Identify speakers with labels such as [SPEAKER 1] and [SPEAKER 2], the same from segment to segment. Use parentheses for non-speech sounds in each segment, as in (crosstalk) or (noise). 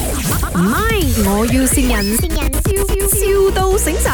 [SPEAKER 1] 唔係，我要善人，笑笑到醒神。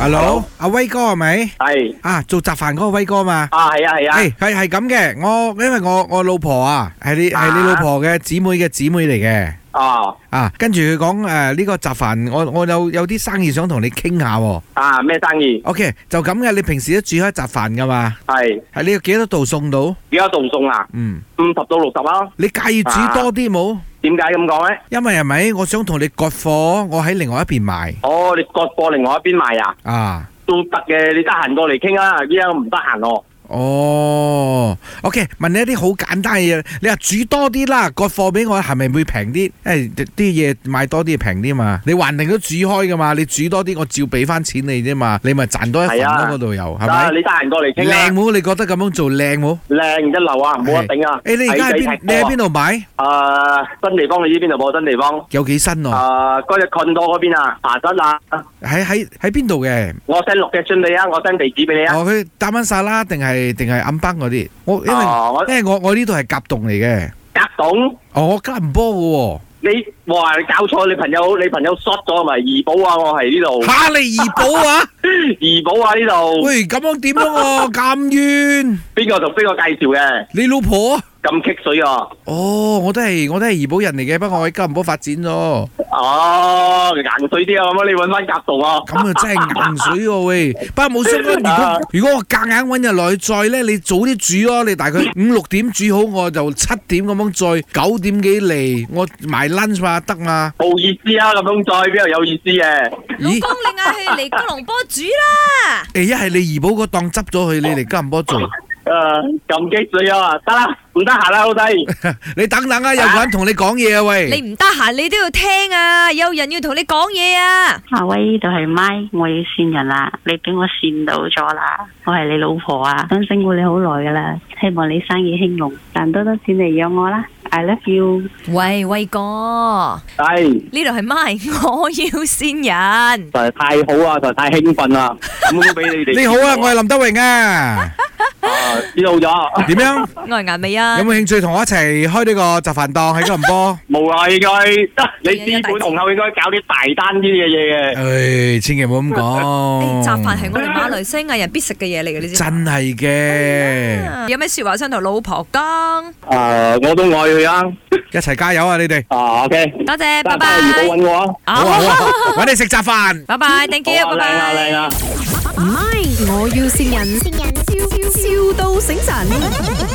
[SPEAKER 2] Hello，
[SPEAKER 3] Hello？
[SPEAKER 2] 阿威哥係咪？
[SPEAKER 3] 系
[SPEAKER 2] 啊，做雜飯嗰個威哥嘛？
[SPEAKER 3] 啊，系啊，系啊，
[SPEAKER 2] 係係係咁嘅，我因為我我老婆啊，係你係你老婆嘅姊妹嘅姊妹嚟嘅。
[SPEAKER 3] 哦，
[SPEAKER 2] 啊，跟住佢講誒呢個雜飯，我我有有啲生意想同你傾下喎。
[SPEAKER 3] 啊，咩生意？
[SPEAKER 2] OK，就咁嘅，你平時都煮開雜飯噶嘛？
[SPEAKER 3] 系
[SPEAKER 2] 係你要幾多度送到？
[SPEAKER 3] 而家仲送啊，
[SPEAKER 2] 嗯，
[SPEAKER 3] 五十到六十咯。
[SPEAKER 2] 你介意煮
[SPEAKER 3] 啊
[SPEAKER 2] 多啲冇？
[SPEAKER 3] 点解咁讲咧？
[SPEAKER 2] 因為係咪？我想同你割貨，我喺另外一邊賣
[SPEAKER 3] 哦，你割货另外一边卖啊，
[SPEAKER 2] 啊。
[SPEAKER 3] 都得嘅。你得闲过嚟倾啊，依家唔得闲咯。
[SPEAKER 2] 哦，OK，問你一啲好簡單嘅嘢，你話煮多啲啦，個貨俾我係咪會平啲？誒啲嘢買多啲平啲嘛，你還定都煮開噶嘛，你煮多啲我照俾翻錢你啫嘛，你咪賺多一份
[SPEAKER 3] 係啊
[SPEAKER 2] 咯嗰度又係
[SPEAKER 3] 啊，
[SPEAKER 2] 咪？
[SPEAKER 3] 你得闲过嚟倾
[SPEAKER 2] 靚
[SPEAKER 3] 啊，
[SPEAKER 2] 冇？你覺得咁樣做靚冇？
[SPEAKER 3] 靓一流啊，冇得顶啊。
[SPEAKER 2] 誒你而家喺邊？你喺邊
[SPEAKER 3] 度？
[SPEAKER 2] 度買？
[SPEAKER 3] 诶，新地方你呢边度冇新地方？
[SPEAKER 2] 有幾新哦？
[SPEAKER 3] 诶，嗰只困多嗰边啊，爬山啊，
[SPEAKER 2] 喺喺喺邊度嘅？
[SPEAKER 3] 我 send 六嘅信你啊，我 send 地址俾你啊。
[SPEAKER 2] 哦，佢打翻晒啦，定係定係暗崩嗰啲？我因為
[SPEAKER 3] 哦，我
[SPEAKER 2] 因為我我呢度係甲洞嚟嘅，
[SPEAKER 3] 隔懂。
[SPEAKER 2] 哦，我加唔波
[SPEAKER 3] 你哇！你搞錯，你朋友你朋友 short 咗咪怡寶啊！我係呢度
[SPEAKER 2] 嘅喎，嚇你怡寶啊！
[SPEAKER 3] (laughs) 怡寶啊！呢度
[SPEAKER 2] 喂，咁樣點
[SPEAKER 4] (laughs)
[SPEAKER 2] 啊？我咁遠，
[SPEAKER 3] 邊個同邊個介紹嘅？
[SPEAKER 2] 你老婆啊？
[SPEAKER 3] 咁棘水啊！
[SPEAKER 2] 哦，我都係我都係怡保人嚟嘅，不過我喺吉隆坡發展咗，
[SPEAKER 3] 哦，硬水啲啊！咁啊，你揾翻夾洞啊！
[SPEAKER 2] (laughs) 咁啊真係硬水喎喂！不過冇相
[SPEAKER 4] (laughs)
[SPEAKER 2] 干，如果如果我夾硬揾日來再咧，你早啲煮咯，你大概五六點煮好，我就七點咁樣再九點幾嚟，我埋 lunch 嘛得嘛？
[SPEAKER 3] 冇意思啊！咁樣再邊度有意思嘅？
[SPEAKER 4] 老
[SPEAKER 2] 咦？
[SPEAKER 4] 公，你嗌佢嚟吉隆坡煮啦。
[SPEAKER 2] 誒一係你怡保個檔執咗佢，你嚟吉隆坡做， (laughs)
[SPEAKER 3] 誒，咁棘水啊！得啦，唔得閒啦，老弟。
[SPEAKER 2] 你等等啊，有個人同你講嘢啊
[SPEAKER 4] 你
[SPEAKER 2] 喂！
[SPEAKER 4] 唔得闲，你都要聽啊！有人要同你講嘢啊！
[SPEAKER 5] 阿威呢度係咪，我要善人啦，你俾我善到咗啦，我係你老婆啊，想辛苦你好耐噶啦，希望你生意興隆，賺多多錢嚟養我啦，I love you。
[SPEAKER 4] 喂喂哥，呢
[SPEAKER 3] 係，
[SPEAKER 4] 度係咪？我要善
[SPEAKER 3] 實
[SPEAKER 4] 人。
[SPEAKER 3] 在太好啊！實在太興奮啦！咁都俾你哋。
[SPEAKER 2] (laughs) 你好啊，我係林德榮
[SPEAKER 4] (laughs)
[SPEAKER 2] 啊，
[SPEAKER 3] 啊，知道咗，
[SPEAKER 2] 點樣？
[SPEAKER 4] 我係顏美啊
[SPEAKER 2] 有。冇興趣同我一齊開呢個雜飯檔喺吉隆 (laughs) 坡？
[SPEAKER 3] 無啦應該，你資本雄厚應該搞啲大單啲嘅 (laughs) 嘢嘅。
[SPEAKER 2] 唉，千祈唔好咁
[SPEAKER 4] 誒
[SPEAKER 2] 講。
[SPEAKER 4] 雜飯係我哋馬來西亞人必食嘅嘢嚟嘅，你知唔知？
[SPEAKER 2] 真係嘅，
[SPEAKER 4] 有咩说話想同老婆講？
[SPEAKER 3] 誒，我都愛佢啊！
[SPEAKER 2] 一齊加油啊！你哋，
[SPEAKER 3] 啊，OK，
[SPEAKER 4] 多謝，拜
[SPEAKER 3] 得
[SPEAKER 4] 拜
[SPEAKER 3] 得，。怡寶揾我啊！
[SPEAKER 2] 好啊好啊，揾你食雜飯。
[SPEAKER 4] 拜拜，thank
[SPEAKER 3] 好
[SPEAKER 4] you，
[SPEAKER 3] 啊，
[SPEAKER 4] 拜
[SPEAKER 3] 靚啊，靚啊
[SPEAKER 4] 拜。！
[SPEAKER 1] 唔係，我要善人，笑笑到醒神。